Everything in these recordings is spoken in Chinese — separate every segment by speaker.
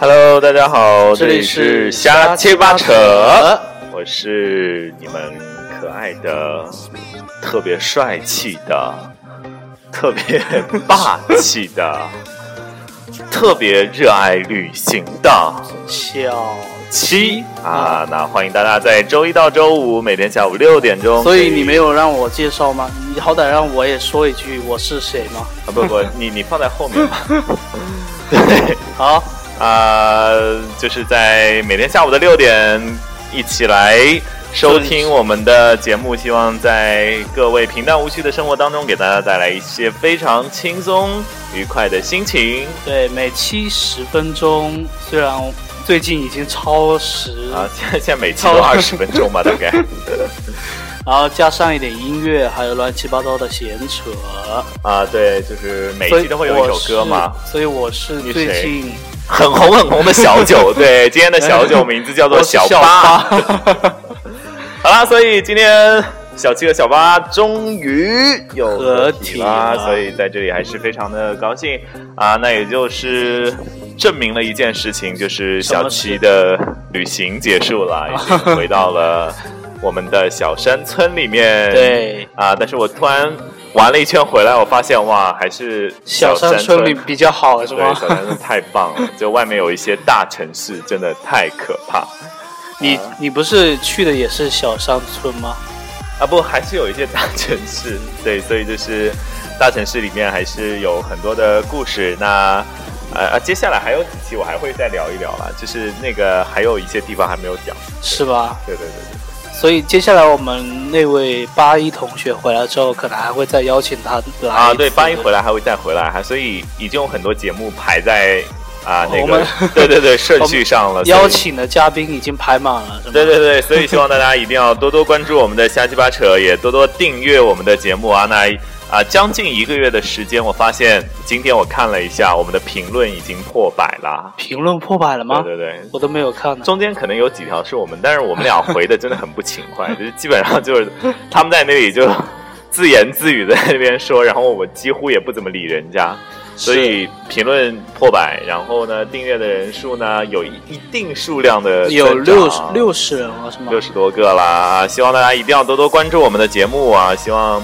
Speaker 1: Hello，大家好，这
Speaker 2: 这里
Speaker 1: 里
Speaker 2: 是
Speaker 1: 是
Speaker 2: 瞎
Speaker 1: 瞎
Speaker 2: 七
Speaker 1: 七
Speaker 2: 八
Speaker 1: 八
Speaker 2: 扯
Speaker 1: 扯，我是你们可爱的、特别帅气的、特别霸气 的、特别热爱旅行的
Speaker 2: 小，
Speaker 1: 七啊！那欢迎大家在周一到周五每天下午六点钟可
Speaker 2: 所
Speaker 1: 以。
Speaker 2: 以你没有让我介绍吗？你好歹让我也说一句我是谁吗？
Speaker 1: 啊不不，你你放在后面吧。
Speaker 2: 好，
Speaker 1: 啊、就是在每天下午的六点一起来收听我们的节目，希望在各位平淡无趣的生活当中，给大家带来一些非常轻松愉快的心情
Speaker 2: 对，每期十分钟，虽然最近已经超时，
Speaker 1: 啊！现在现在每期都
Speaker 2: 好
Speaker 1: 二十分钟 吧，大概。
Speaker 2: 然后加上一点音乐，还有乱七八糟的闲扯，
Speaker 1: 啊，对，就是每
Speaker 2: 所
Speaker 1: 期
Speaker 2: 以
Speaker 1: 都会有一首歌嘛，
Speaker 2: 我是所以我是
Speaker 1: 你
Speaker 2: 最
Speaker 1: 谁
Speaker 2: 近
Speaker 1: 很红很红的小九，对，今天的小九名字叫做
Speaker 2: 我是小
Speaker 1: 八。 好啦，所以今天小七和小八终于有合体啦
Speaker 2: 合体了
Speaker 1: 所以在这里还是非常的高兴啊。那也就是证明了一件事情，就是小七的旅行结束 了，已经回到了我们的小山村里面。
Speaker 2: 对
Speaker 1: 啊，但是我突然玩了一圈回来，我发现哇，还是
Speaker 2: 小
Speaker 1: 山
Speaker 2: 山村里比较好是
Speaker 1: 对，
Speaker 2: 吗？
Speaker 1: 小山村太棒了，就外面有一些大城市，真的太可怕。
Speaker 2: 你你不是去的也是小山村吗？
Speaker 1: 啊，不，还是有一些大城市，对，所以就是大城市里面还是有很多的故事。那呃啊，接下来还有几期我还会再聊一聊啦，就是那个还有一些地方还没有讲。
Speaker 2: 是吧？
Speaker 1: 对对对
Speaker 2: 所以接下来我们那位八一同学回来之后，可能还会再邀请他来
Speaker 1: 对啊，对，八一回
Speaker 2: 来，
Speaker 1: 来还会再回来，还所以已经有很多节目排在啊那
Speaker 2: 我
Speaker 1: 个
Speaker 2: 们
Speaker 1: 对对对顺序上了。所以
Speaker 2: 邀请的嘉宾已经排满了，是 吗？
Speaker 1: 对对对，所以希望大家一定要多多关注我们的瞎鸡巴扯，也多多订阅我们的节目啊。那啊，将近一个月的时间，我发现今天我看了一下，我们的评论已经破百啦。
Speaker 2: 评论破百了吗？
Speaker 1: 对对对，
Speaker 2: 我都没有看呢。
Speaker 1: 中间可能有几条是我们，但是我们俩回的真的很不勤 快，就是基本上就是他们在那里就自言自语的在那边说，然后我几乎也不怎么理人家。所以评论破百，然后呢，订阅的人数呢有一一定数量的
Speaker 2: 是有
Speaker 1: 增
Speaker 2: 六十
Speaker 1: 长
Speaker 2: 六十人了，是吗？
Speaker 1: 六十多个啦，希望大家一定要多多关注我们的节目啊！希望，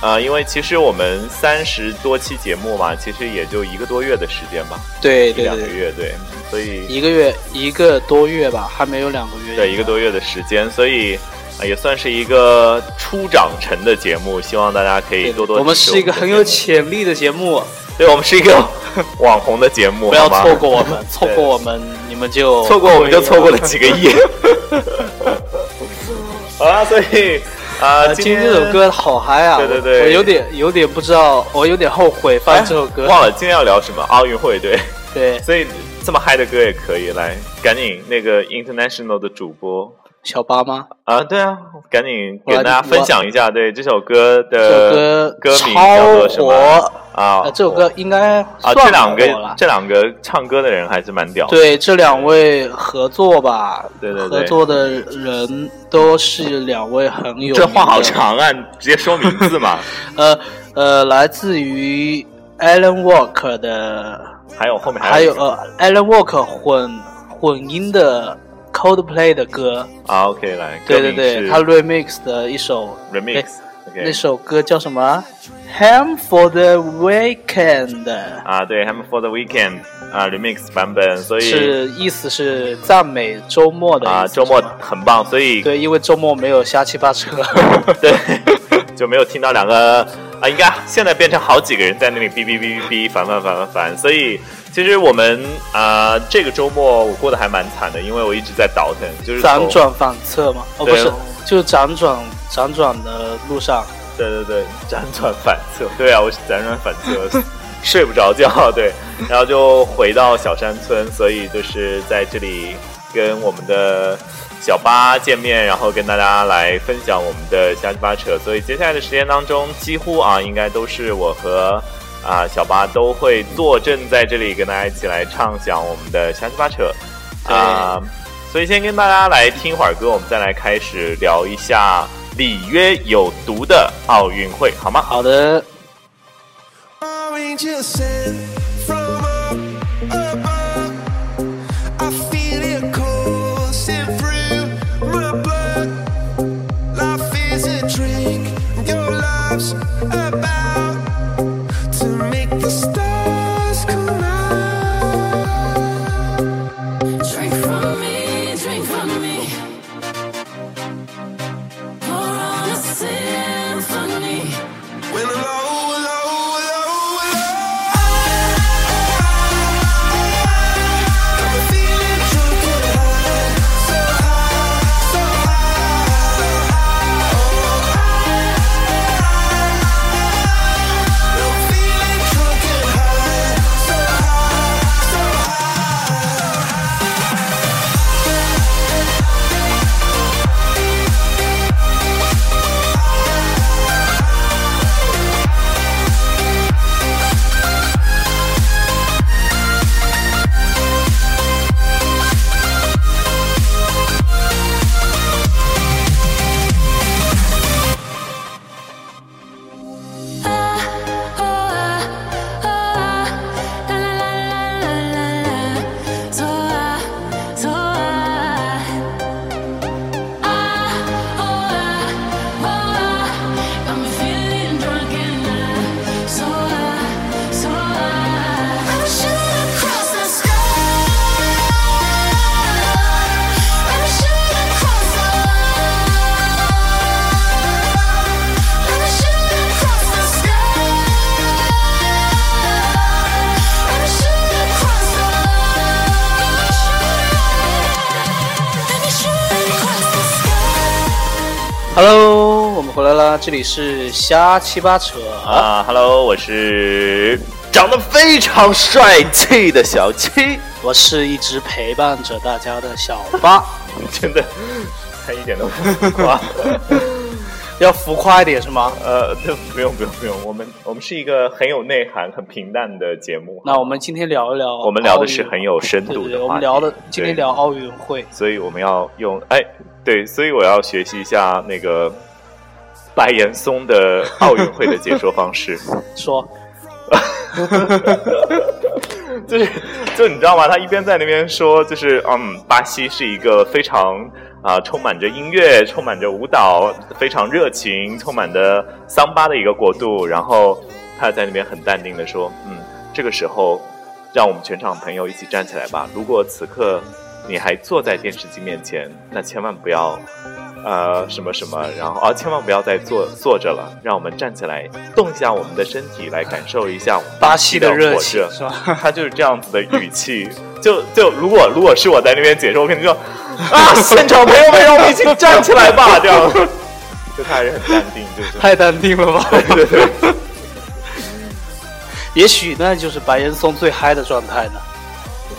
Speaker 1: 呃，因为其实我们三十多期节目嘛，其实也就一个多月的时间吧，
Speaker 2: 对
Speaker 1: 一
Speaker 2: 对
Speaker 1: 两个
Speaker 2: 对，
Speaker 1: 月，对，所以
Speaker 2: 一个月一个多月吧，还没有两个月。
Speaker 1: 对一个多月的时间，所以、呃也算是一个初长成的节目，希望大家可以
Speaker 2: 对。
Speaker 1: 多多
Speaker 2: 我们
Speaker 1: 支持
Speaker 2: 是一
Speaker 1: 的
Speaker 2: 个很
Speaker 1: 节
Speaker 2: 有
Speaker 1: 目，
Speaker 2: 潜力的节目，
Speaker 1: 对我们是一 个网红的节目，
Speaker 2: 不要
Speaker 1: 好吗
Speaker 2: 错过我们，错过我们你们就
Speaker 1: 错过我们就错过了几 个亿。 好啦，所以啊、
Speaker 2: 呃，今天这首歌好嗨啊！
Speaker 1: 对对对
Speaker 2: 我有点有点不知道，我有点后悔放这首
Speaker 1: 哎
Speaker 2: 歌。
Speaker 1: 忘了今天要聊什么？奥运会对，
Speaker 2: 对，
Speaker 1: 所以这么嗨的歌也可以来，赶紧那个 international 的主播
Speaker 2: 小八吗？
Speaker 1: 啊，对啊，赶紧
Speaker 2: 我
Speaker 1: 给大家分享一下，对这首歌
Speaker 2: 这首
Speaker 1: 的
Speaker 2: 歌
Speaker 1: 歌名叫做什
Speaker 2: 超
Speaker 1: 么
Speaker 2: 火，
Speaker 1: 啊
Speaker 2: 呃，？这首歌应该
Speaker 1: 啊，
Speaker 2: 算
Speaker 1: 这两
Speaker 2: 火
Speaker 1: 个
Speaker 2: 了。
Speaker 1: 这两个唱歌的人还是蛮屌的，
Speaker 2: 对，这两位合作吧，
Speaker 1: 对对对
Speaker 2: 合作的人都是两位很有名的
Speaker 1: 这话好。长啊，你直接说名字 嘛，
Speaker 2: 呃呃，来自于 Alan Walker 的，
Speaker 1: 还有后面
Speaker 2: 还有
Speaker 1: 有一个
Speaker 2: 呃 Alan Walker 混混音的 Coldplay 的歌，
Speaker 1: 啊，OK 来，
Speaker 2: 对
Speaker 1: 歌
Speaker 2: 对
Speaker 1: 名
Speaker 2: 对，
Speaker 1: 是
Speaker 2: 他 remix 的一首
Speaker 1: remix
Speaker 2: 对
Speaker 1: OK
Speaker 2: 那首歌叫什么？Ham 啊 for the Weekend，
Speaker 1: 啊，对他们 for the weekend 啊 remix 版本，所以
Speaker 2: 是意思是赞美周末的
Speaker 1: 啊
Speaker 2: 意思
Speaker 1: 周末
Speaker 2: 是吗
Speaker 1: 很棒，所以
Speaker 2: 对，因为周末没有瞎七八扯。
Speaker 1: 对， 就没有听到两个啊，应该现在变成好几个人在那里哔哔哔哔哔烦烦烦烦烦，所以其实我们啊、这个周末我过得还蛮惨的，因为我一直在倒腾，就是从
Speaker 2: 辗，转反侧吗？哦，
Speaker 1: 对
Speaker 2: 不是，就辗转辗转的路上，
Speaker 1: 对对对，辗转反侧，对啊，我是辗转反侧，睡不着觉，对，然后就回到小山村，所以就是在这里跟我们的。小八见面，然后跟大家来分享我们的瞎鸡巴扯。所以接下来的时间当中，几乎啊，应该都是我和啊小八都会坐镇在这里，跟大家一起来畅想我们的瞎鸡巴扯啊。所以先跟大家来听一会儿歌，我们再来开始聊一下里约有毒的奥运会，好吗？
Speaker 2: 好的，
Speaker 3: Orange is sent from up above. from me, drink from me. Pour on a symphony.
Speaker 4: When I'm low, low, low, low. Got me feeling drunk and high, so high, so high. Oh, I, I'm feeling drunk and high, so high, so high.
Speaker 3: Oh, ah, oh, ah, la la la la la la. So ah, so ah. Ah, oh, ah, oh, ah. Got me feeling drunk and high. So ah, so ah. I should have crossed the sky. I should have crossed the line. I should have crossed the sky. I should have crossed the line. I should have crossed the sky.
Speaker 2: Hello，我们回来啦，这里是瞎七八扯啊。
Speaker 1: 啊，Hello，我是长得非常帅气的小七，
Speaker 2: 我是一直陪伴着大家的小八，
Speaker 1: 真的，他一点都不夸。
Speaker 2: 要浮夸一点是吗？
Speaker 1: 呃，对，不用不用不用，我们我们是一个很有内涵、很平淡的节目。
Speaker 2: 那我们今天聊一聊奥运，
Speaker 1: 我们聊的是很有深
Speaker 2: 对
Speaker 1: 度
Speaker 2: 对对，
Speaker 1: 的
Speaker 2: 我
Speaker 1: 话
Speaker 2: 们
Speaker 1: 题
Speaker 2: 聊的今天
Speaker 1: 对
Speaker 2: 聊奥运会，
Speaker 1: 所以我们要用哎，对，所以我要学习一下那个白岩松的奥运会的解说方式，
Speaker 2: 说
Speaker 1: 就是就你知道吗？他一边在那边说，就是嗯，巴西是一个非常啊、充满着音乐、充满着舞蹈、非常热情、充满着桑巴的一个国度，然后他在那边很淡定的说，嗯，这个时候让我们全场朋友一起站起来吧。如果此刻你还坐在电视机面前，那千万不要呃什么什么，然后啊千万不要再坐坐着了，让我们站起来动一下我们的身体，来感受一下我们
Speaker 2: 巴西的
Speaker 1: 的
Speaker 2: 热
Speaker 1: 火
Speaker 2: 情
Speaker 1: 热
Speaker 2: 是吧？
Speaker 1: 他就是这样子的语气。就就如果如果是我在那边解说，我肯定就 啊，现场朋友们，让我们一起站起来吧，这样。 就他还是很淡定， 就是
Speaker 2: 太淡定了 吧？
Speaker 1: 对对对，
Speaker 2: 也许那就是白岩松最嗨的状态呢。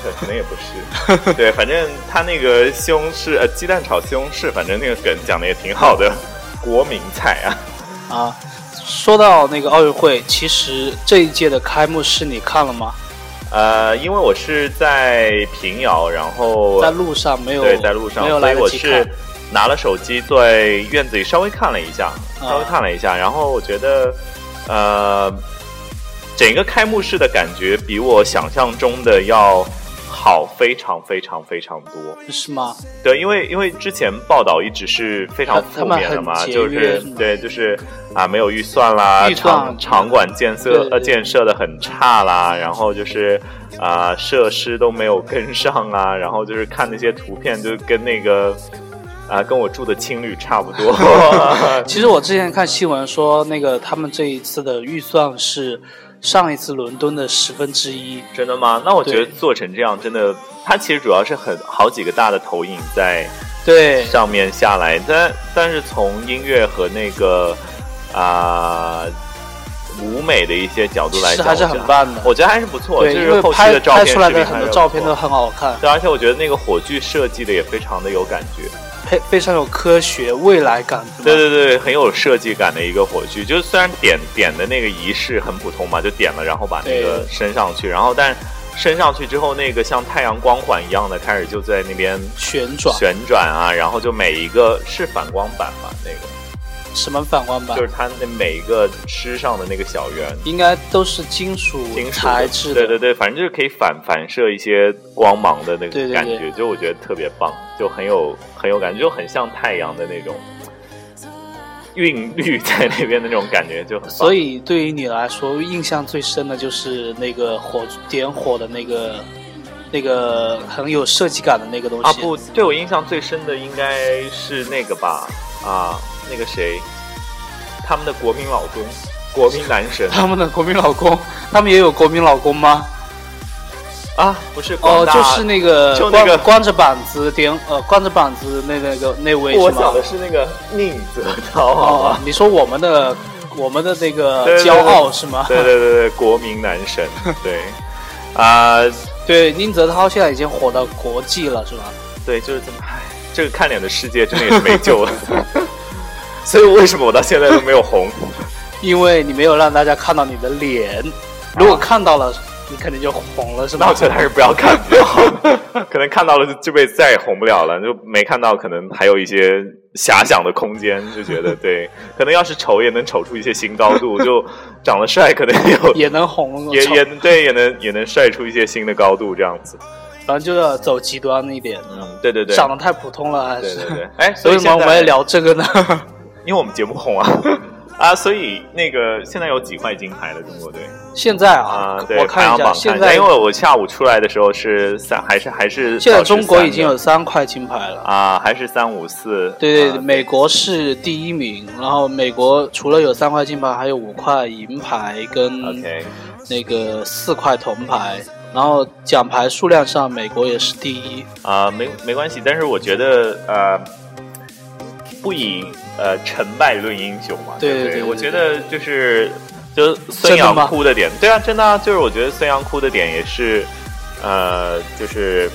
Speaker 1: 可可能也不是。对，反正他那个西红柿呃鸡蛋炒西红柿，反正那个梗讲的也挺好的，国民菜啊。
Speaker 2: 啊，说到那个奥运会，其实这一届的开幕式你看了吗？
Speaker 1: 呃，因为我是在平遥，然后
Speaker 2: 在路上没有，
Speaker 1: 对，在路上，
Speaker 2: 没有
Speaker 1: 所
Speaker 2: 来
Speaker 1: 以
Speaker 2: 得
Speaker 1: 我
Speaker 2: 及看
Speaker 1: 是。拿了手机在院子里稍微看了一下，
Speaker 2: 啊
Speaker 1: 稍微看了一下，然后我觉得，呃，整个开幕式的感觉比我想象中的要好非常非常非常多。
Speaker 2: 是吗？
Speaker 1: 对，因为因为之前报道一直是非常
Speaker 2: 他他
Speaker 1: 负
Speaker 2: 们
Speaker 1: 面的嘛，
Speaker 2: 很节
Speaker 1: 就
Speaker 2: 约
Speaker 1: 是
Speaker 2: 是吗
Speaker 1: 对，就是啊没有预算啦，
Speaker 2: 预算
Speaker 1: 场场馆建设
Speaker 2: 对对
Speaker 1: 呃建设的很差啦，然后就是啊设施都没有跟上啊，然后就是看那些图片就跟那个啊跟我住的青旅差不多，
Speaker 2: 其实我之前看新闻说，那个他们这一次的预算是上一次伦敦的十分之一。
Speaker 1: 真的吗？那我觉得
Speaker 2: 对
Speaker 1: 做成这样真的，它其实主要是很好几个大的投影在。
Speaker 2: 对，
Speaker 1: 上面下来，但但是从音乐和那个啊、舞美的一些角度来
Speaker 2: 其实
Speaker 1: 讲，
Speaker 2: 还是
Speaker 1: 我觉
Speaker 2: 很
Speaker 1: 得
Speaker 2: 棒的
Speaker 1: 我觉得还是不错，就
Speaker 2: 对，因
Speaker 1: 是
Speaker 2: 为
Speaker 1: 后期
Speaker 2: 拍
Speaker 1: 照
Speaker 2: 拍
Speaker 1: 片
Speaker 2: 出来
Speaker 1: 视
Speaker 2: 的
Speaker 1: 频还
Speaker 2: 很
Speaker 1: 是
Speaker 2: 多
Speaker 1: 不
Speaker 2: 照片
Speaker 1: 错
Speaker 2: 都很好看，
Speaker 1: 对，而且我觉得那个火炬设计的也非常的有感觉，
Speaker 2: 非非常有科学未来感。吧
Speaker 1: 对对对，很有设计感的一个火炬。就是虽然点点的那个仪式很普通嘛，就点了，然后把那个
Speaker 2: 对
Speaker 1: 升上去，然后但升上去之后，那个像太阳光环一样的开始就在那边
Speaker 2: 旋转
Speaker 1: 旋转啊，然后就每一个是反光板吧，那个。
Speaker 2: 什么反光板
Speaker 1: 就是，它那每一个吃上的那个小圆
Speaker 2: 应该都是金属
Speaker 1: 金属的
Speaker 2: 材质
Speaker 1: 对对对，反正就是可以反反射一些光芒的那
Speaker 2: 对对
Speaker 1: 个感觉，
Speaker 2: 对
Speaker 1: 就我觉得特别棒，就很有很有感觉，就很像太阳的那种韵律在那边的那种感觉，就很棒。
Speaker 2: 所以对于你来说，印象最深的就是那个火点火的那个那个很有设计感的那个东西。
Speaker 1: 啊不，对我印象最深的应该是那个吧，啊，那个谁，他们的国民老公，国民男 神
Speaker 2: 他们的国民老公，他们也有国民老公吗？
Speaker 1: 啊，不是广
Speaker 2: 哦，
Speaker 1: 大，
Speaker 2: 就是那个
Speaker 1: 就那
Speaker 2: 光
Speaker 1: 个
Speaker 2: 光着膀子顶呃光着膀子那那个那位
Speaker 1: 我
Speaker 2: 是
Speaker 1: 想
Speaker 2: 吗
Speaker 1: 的？是那个宁泽涛，好
Speaker 2: 哦
Speaker 1: 吗？，
Speaker 2: 你说我们的我们的那个
Speaker 1: 对对对
Speaker 2: 骄傲是 吗？
Speaker 1: 对对对对，国民男神，对，啊，
Speaker 2: 对，宁泽涛现在已经火到国际了是吧？
Speaker 1: 对，就是这么，唉，这个看脸的世界真的也是没救 了。所以为什么我到现在都没有红？
Speaker 2: 因为你没有让大家看到你的脸，如果看到了，你肯定就红了是吧？
Speaker 1: 那我觉得还是不要看比较 好，可能看到了就这辈子再也红不了了，就没看到可能还有一些遐想的空间，就觉得 对，可能要是丑也能丑出一些新高度，就长得帅可能 有
Speaker 2: 也能红，
Speaker 1: 也
Speaker 2: 操
Speaker 1: 也对也能也能帅出一些新的高度这样子。
Speaker 2: 反正就要走极端一点，
Speaker 1: 嗯，对对对，
Speaker 2: 长得太普通了还
Speaker 1: 对
Speaker 2: 是
Speaker 1: 对。对，哎，
Speaker 2: 所以
Speaker 1: 以
Speaker 2: 嘛，
Speaker 1: 现
Speaker 2: 我
Speaker 1: 在
Speaker 2: 们也，聊这个呢。
Speaker 1: 因为我们节目红啊 啊，所以那个现在有几块金牌了中国队。
Speaker 2: 现在啊
Speaker 1: 啊，，对，
Speaker 2: 我看
Speaker 1: 排
Speaker 2: 一
Speaker 1: 行
Speaker 2: 下，
Speaker 1: 榜
Speaker 2: 现
Speaker 1: 看一下
Speaker 2: 在
Speaker 1: 因为我下午出来的时候是三，还是还是
Speaker 2: 现在
Speaker 1: 倒数
Speaker 2: 中国已
Speaker 1: 三
Speaker 2: 经
Speaker 1: 的
Speaker 2: 有三块金牌了。
Speaker 1: 啊，还是三五四，
Speaker 2: 对对，
Speaker 1: 啊
Speaker 2: 美国是第一名，然后美国除了有三块金牌，还有五块银牌跟
Speaker 1: OK
Speaker 2: 那个四块铜牌，然后奖牌数量上美国也是第一。
Speaker 1: 啊，没没关系，但是我觉得呃，不以呃成败论英雄嘛，
Speaker 2: 对
Speaker 1: 对
Speaker 2: 对对
Speaker 1: 我
Speaker 2: 对
Speaker 1: 觉得就是就
Speaker 2: 真
Speaker 1: 孙
Speaker 2: 的
Speaker 1: 杨
Speaker 2: 吗
Speaker 1: 哭的点，对啊，真的、啊、就是我觉得孙杨哭的点也是呃，就是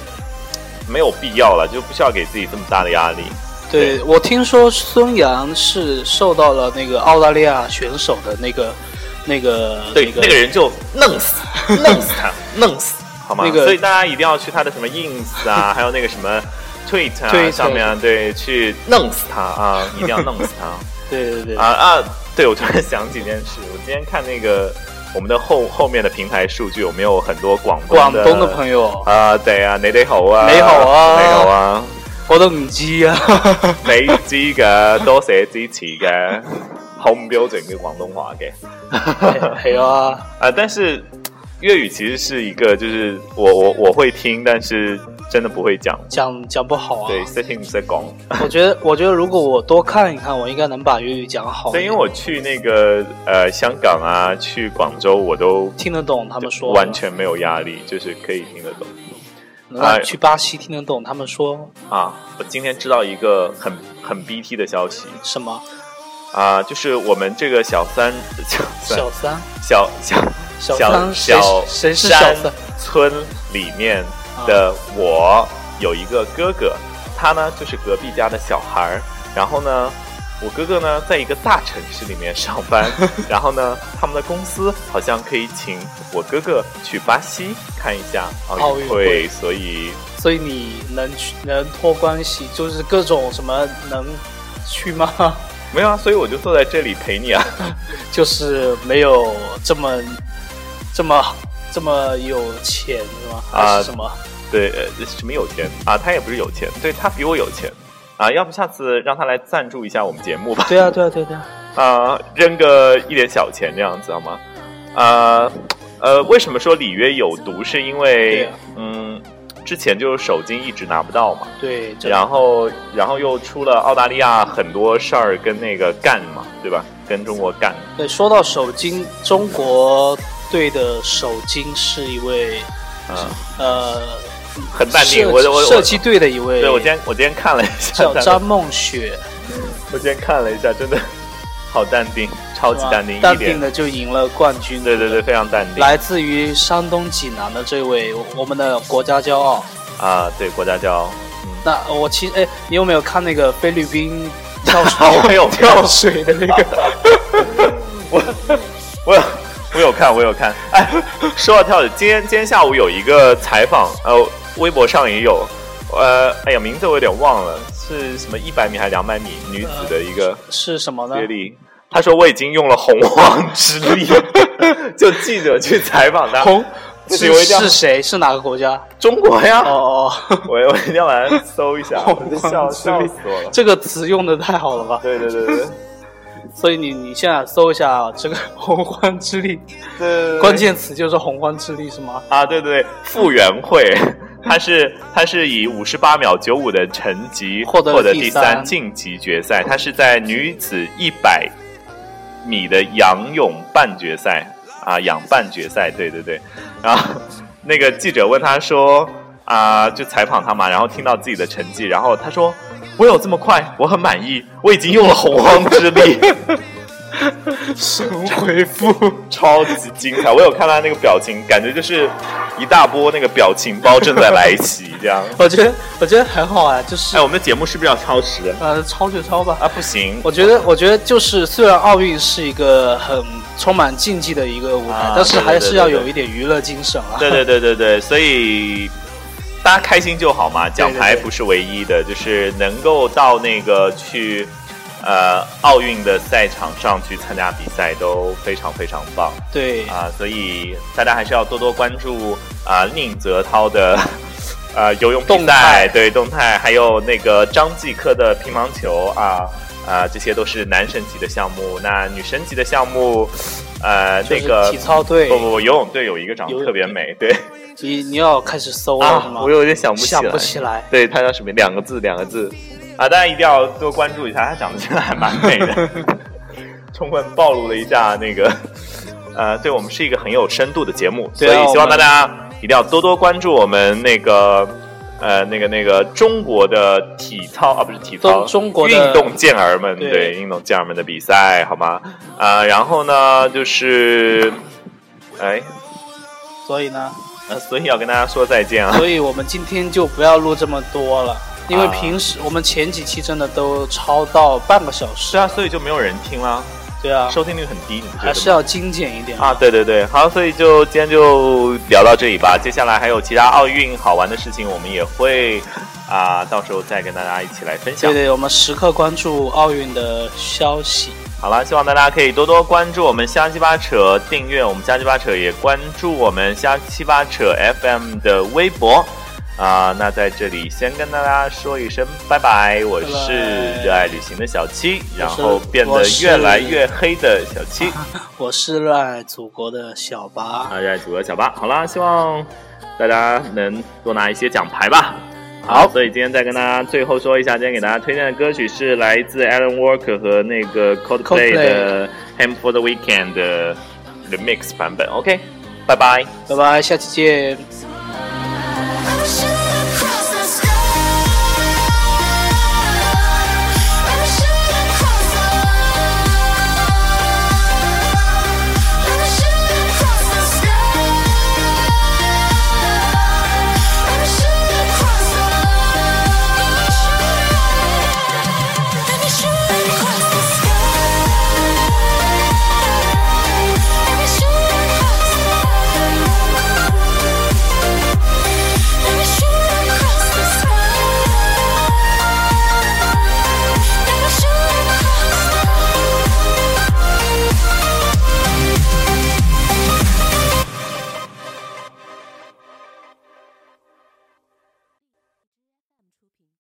Speaker 1: 没有必要了，就不需要给自己这么大的压力。
Speaker 2: 对我听说孙杨是受到了那个澳大利亚选手的那个那个
Speaker 1: 对，
Speaker 2: 那
Speaker 1: 那个人就弄死， 弄死他，弄死，好吗？
Speaker 2: 那个
Speaker 1: 所以大家一定要去他的什么 ins 啊，还有那个什么 tweet 啊
Speaker 2: Twitter
Speaker 1: 上面啊，对，去弄死他啊，一定要弄死他
Speaker 2: 对对对
Speaker 1: 啊啊！对，我突然想起一件事，我今天看那个我们的后后面的平台数据，我们有很多广
Speaker 2: 广东的
Speaker 1: 的
Speaker 2: 朋
Speaker 1: 友
Speaker 2: 友，
Speaker 1: 啊，对啊，你哋好啊，
Speaker 2: 你好啊
Speaker 1: 你好啊，
Speaker 2: 我都唔知啊。
Speaker 1: 你知嘅，多謝支持嘅，好唔標準嘅廣東話嘅。
Speaker 2: 系啊，
Speaker 1: 啊、但是粤语其实是一个，就是我我我会听，但是真的不会讲。
Speaker 2: 讲讲不好啊。
Speaker 1: 对 s e t t i n g 在讲，
Speaker 2: 我觉得，我觉得如果我多看一看，我应该能把粤语讲好。
Speaker 1: 对，因为我去那个呃香港啊，去广州，我都
Speaker 2: 听得懂他们说，
Speaker 1: 完全没有压力，就是可以听得懂
Speaker 2: 那
Speaker 1: 哎
Speaker 2: 去巴西听得懂他们说
Speaker 1: 啊。我今天知道一个很很 BT 的消息
Speaker 2: 什么？
Speaker 1: 啊，就是我们这个小三小三
Speaker 2: 小三
Speaker 1: 小小小
Speaker 2: 小三谁
Speaker 1: 小
Speaker 2: 谁是
Speaker 1: 山
Speaker 2: 小三啊
Speaker 1: 村里面的我有一个哥哥，他呢就是隔壁家的小孩儿。然后呢，我哥哥呢在一个大城市里面上 班，然后呢，他们的公司好像可以请我哥哥去巴西看一下奥
Speaker 2: 奥运
Speaker 1: 运
Speaker 2: 会
Speaker 1: 会，所以
Speaker 2: 所以你能去能托关系，就是各种什么能去吗？
Speaker 1: 没有啊，所以我就坐在这里陪你啊。
Speaker 2: 就是没有这么这么这么有钱是吗？
Speaker 1: 啊
Speaker 2: 还是什么？
Speaker 1: 对，呃，什么有钱啊？他也不是有钱，对他比我有钱啊。要不下次让他来赞助一下我们节目吧？
Speaker 2: 对啊，对啊，对啊对啊。
Speaker 1: 啊、扔个一点小钱这样子好吗？啊、呃，为什么说里约有毒？是因
Speaker 2: 对
Speaker 1: 为、
Speaker 2: 啊
Speaker 1: 嗯，之前就是手巾一直拿不到嘛，
Speaker 2: 对，这
Speaker 1: 然后然后又出了澳大利亚很多事儿跟那个干嘛，对吧？跟中国干，
Speaker 2: 对，说到首金，中国队的首金是一位
Speaker 1: 嗯、
Speaker 2: 呃
Speaker 1: 很淡定。
Speaker 2: 射
Speaker 1: 我我
Speaker 2: 射
Speaker 1: 我，
Speaker 2: 击队的一位，
Speaker 1: 对我今天我今天看了一下
Speaker 2: 叫，张梦雪，
Speaker 1: 我今天看了一下，真的好淡定，超级
Speaker 2: 是吧
Speaker 1: 淡定，
Speaker 2: 淡
Speaker 1: 一点
Speaker 2: 定，的就赢了冠军。
Speaker 1: 对对对，非常淡定。
Speaker 2: 来自于山东济南的这位我我们的国家骄傲。
Speaker 1: 啊，对，国家叫。
Speaker 2: 那我其实哎，你有没有看那个菲律宾跳
Speaker 1: 我
Speaker 2: 水
Speaker 1: 有
Speaker 2: 跳水的那个？
Speaker 1: 我有我有看，我有看。哎，说到跳水，今天今天下午有一个采访，呃，微博上也有，呃，哎呀，名字我有点忘了，是什么一百米还是两百米女子的一个
Speaker 2: 是什么呢？
Speaker 1: 接力。他说我已经用了洪荒之力，就记者去采访他，
Speaker 2: 红
Speaker 1: 不行
Speaker 2: 是
Speaker 1: 我一定要
Speaker 2: 是谁？是哪个 国家？
Speaker 1: 中国呀，
Speaker 2: 哦哦，
Speaker 1: 我我一定要把它搜一下，我就笑笑死我了。
Speaker 2: 这个词用的太好了吧？
Speaker 1: 对对对对对
Speaker 2: 所以你你现在搜一下这个洪荒之力，
Speaker 1: 对，对
Speaker 2: 关键词就是洪荒之力是吗？
Speaker 1: 啊，对对对，傅园慧，他是他是以五十八秒九五的成绩
Speaker 2: 获得了
Speaker 1: 第
Speaker 2: 第三
Speaker 1: 三晋级决赛，他是在女子一百米的仰泳半决赛啊，仰半决赛，对对对。然后那个记者问他说啊，就采访他嘛，然后听到自己的成绩，然后他说我有这么快，我很满意，我已经用了洪荒之力。
Speaker 2: 神回复，
Speaker 1: 超级精彩！我有看他那个表情，感觉就是一大波那个表情包正在来袭这样。
Speaker 2: 我觉得我觉得很好啊，就是、
Speaker 1: 哎，我们的节目是不是要超时
Speaker 2: 呃抄就抄吧。
Speaker 1: 啊？不行，
Speaker 2: 我觉得，我觉得就是，虽然奥运是一个很充满竞技的一个舞台，
Speaker 1: 啊
Speaker 2: 但是还
Speaker 1: 对对
Speaker 2: 是
Speaker 1: 对
Speaker 2: 要
Speaker 1: 对
Speaker 2: 有一点娱乐精神啊。
Speaker 1: 对对对对对，所以大家开心就好嘛。奖牌
Speaker 2: 对对
Speaker 1: 不是唯一的，就是能够到那个去呃奥运的赛场上去参加比赛都非常非常棒
Speaker 2: 对
Speaker 1: 啊、所以大家还是要多多关注啊、宁泽涛的。 呃，游泳比
Speaker 2: 动
Speaker 1: 赛
Speaker 2: 态
Speaker 1: 对动态，还有那个张继科的乒乓球啊啊、这些都是男神级的项目。那女神级的项目，呃，
Speaker 2: 就
Speaker 1: 那
Speaker 2: 是
Speaker 1: 个
Speaker 2: 体操队
Speaker 1: 不不不，游泳队有一个长
Speaker 2: 游
Speaker 1: 得
Speaker 2: 泳
Speaker 1: 特别
Speaker 2: 队
Speaker 1: 美，对
Speaker 2: 你你要开始搜了、是
Speaker 1: 啊，
Speaker 2: 吗？
Speaker 1: 我有点想不起
Speaker 2: 想
Speaker 1: 来，
Speaker 2: 不起来。
Speaker 1: 对，她叫什么？两个字，两个字啊！大家一定要多关注一下，她长得真的还蛮美 的，充分暴露了一下那个，呃，对我们是一个很有深度的节目，所
Speaker 2: 对啊
Speaker 1: 以希
Speaker 2: 我
Speaker 1: 望大
Speaker 2: 们
Speaker 1: 家一定要多多关注我们那个。呃，那个那个中国的体操啊，不是体操，
Speaker 2: 中中国的
Speaker 1: 运动健儿们，
Speaker 2: 对
Speaker 1: 对运动健儿们的比赛，好吗？啊、然后呢，就是，哎，
Speaker 2: 所以呢，
Speaker 1: 呃，所以要跟大家说再见啊。
Speaker 2: 所以我们今天就不要录这么多了，因为
Speaker 1: 啊
Speaker 2: 平时、我们前几期真的都超到半个小时
Speaker 1: 是。啊，所以就没有人听啦，
Speaker 2: 对啊，
Speaker 1: 收听率很低，你不觉
Speaker 2: 还是
Speaker 1: 得吗？
Speaker 2: 要精简一点
Speaker 1: 啊，。对对对，好，所以就今天就聊到这里吧。接下来还有其他奥运好玩的事情，我们也会啊、到时候再跟大家一起来分享
Speaker 2: 对。对，我们时刻关注奥运的消息。
Speaker 1: 好了，希望大家可以多多关注我们瞎鸡巴扯，订阅我们瞎鸡巴扯，也关注我们瞎鸡巴扯 FM 的微博啊、那在这里先跟大家说一声拜拜，我是热爱旅行的小七，然后变得越来越黑的小七。
Speaker 2: 我是热爱祖国的小八。
Speaker 1: 大家组个小八。好啦，希望大家能多拿一些奖牌吧。
Speaker 2: 好
Speaker 1: 所以今天再跟大家最后说一下，今天给大家推荐的歌曲是来自 Alan Walker 和那个 Coldplay
Speaker 2: Coldplay
Speaker 1: 的《Ham for the Weekend》的 remix 版本。OK，拜拜。
Speaker 2: 拜拜，下期见。
Speaker 3: So